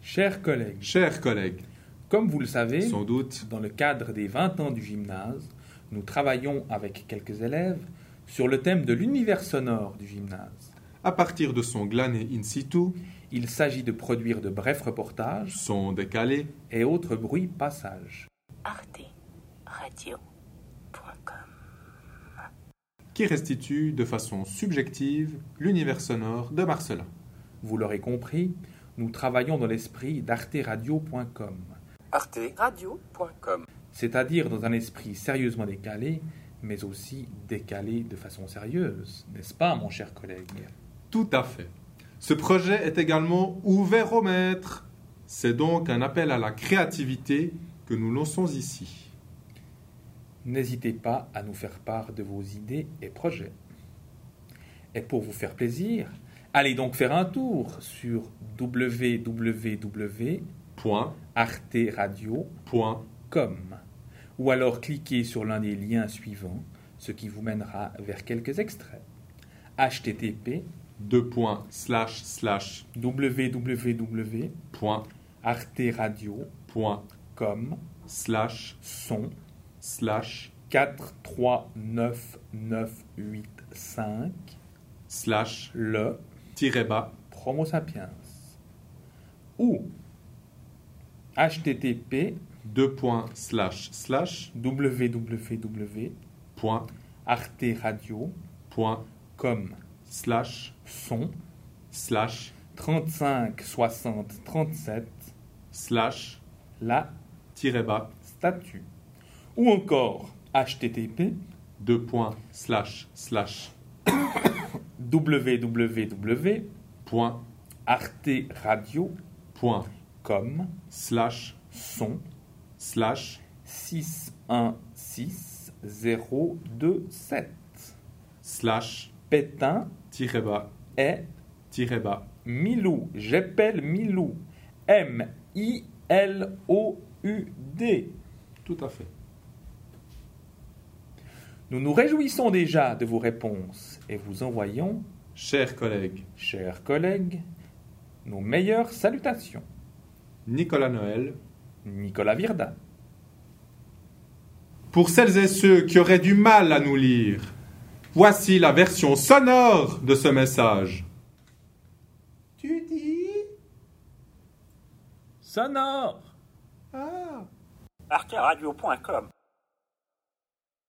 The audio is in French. Chers collègues, Chers collègues, comme vous le savez, sans doute, dans le cadre des 20 ans du gymnase, nous travaillons avec quelques élèves sur le thème de l'univers sonore du gymnase. à partir de son glané in situ, Il s'agit de produire de brefs reportages son décalé, et autres bruits passages. arteradio.com. qui restitue de façon subjective l'univers sonore de Marcelin. Vous l'aurez compris, nous travaillons dans l'esprit d'arteradio.com, arteradio.com. c'est-à-dire dans un esprit sérieusement décalé, mais aussi décalé de façon sérieuse, n'est-ce pas, mon cher collègue Tout à fait. Ce projet est également ouvert au maître. C'est donc un appel à la créativité que nous lançons ici. N'hésitez pas à nous faire part de vos idées et projets. Et pour vous faire plaisir, allez donc faire un tour sur www.arteradio.com Point, point, ou alors cliquez sur l'un des liens suivants, ce qui vous mènera vers quelques extraits. http deux points, slash, slash, www.arteradio.com point, point, slash, son slash, 439985 slash, le tiré bas, Promo Sapiens ou http deux points, slash, slash, www.arteradio.com point, point, slash, son slash, 35 60 37 slash, la tiré bas, statue ou encore http deux points, slash, slash, point, www.arteradio.com point, slash, son slash, 616 027 slash, Pétain tiré bas, est tiré bas, Milou, j'appelle Milou. M-I-L-O-U-D. tout à fait. Nous nous réjouissons déjà de vos réponses et vous envoyons, Chers collègues, chers collègues, nos meilleures salutations. Nicolas Noël, Nicolas Virda. Pour celles et ceux qui auraient du mal à nous lire, voici la version sonore de ce message. Tu dis Sonore Ah arteradio.com.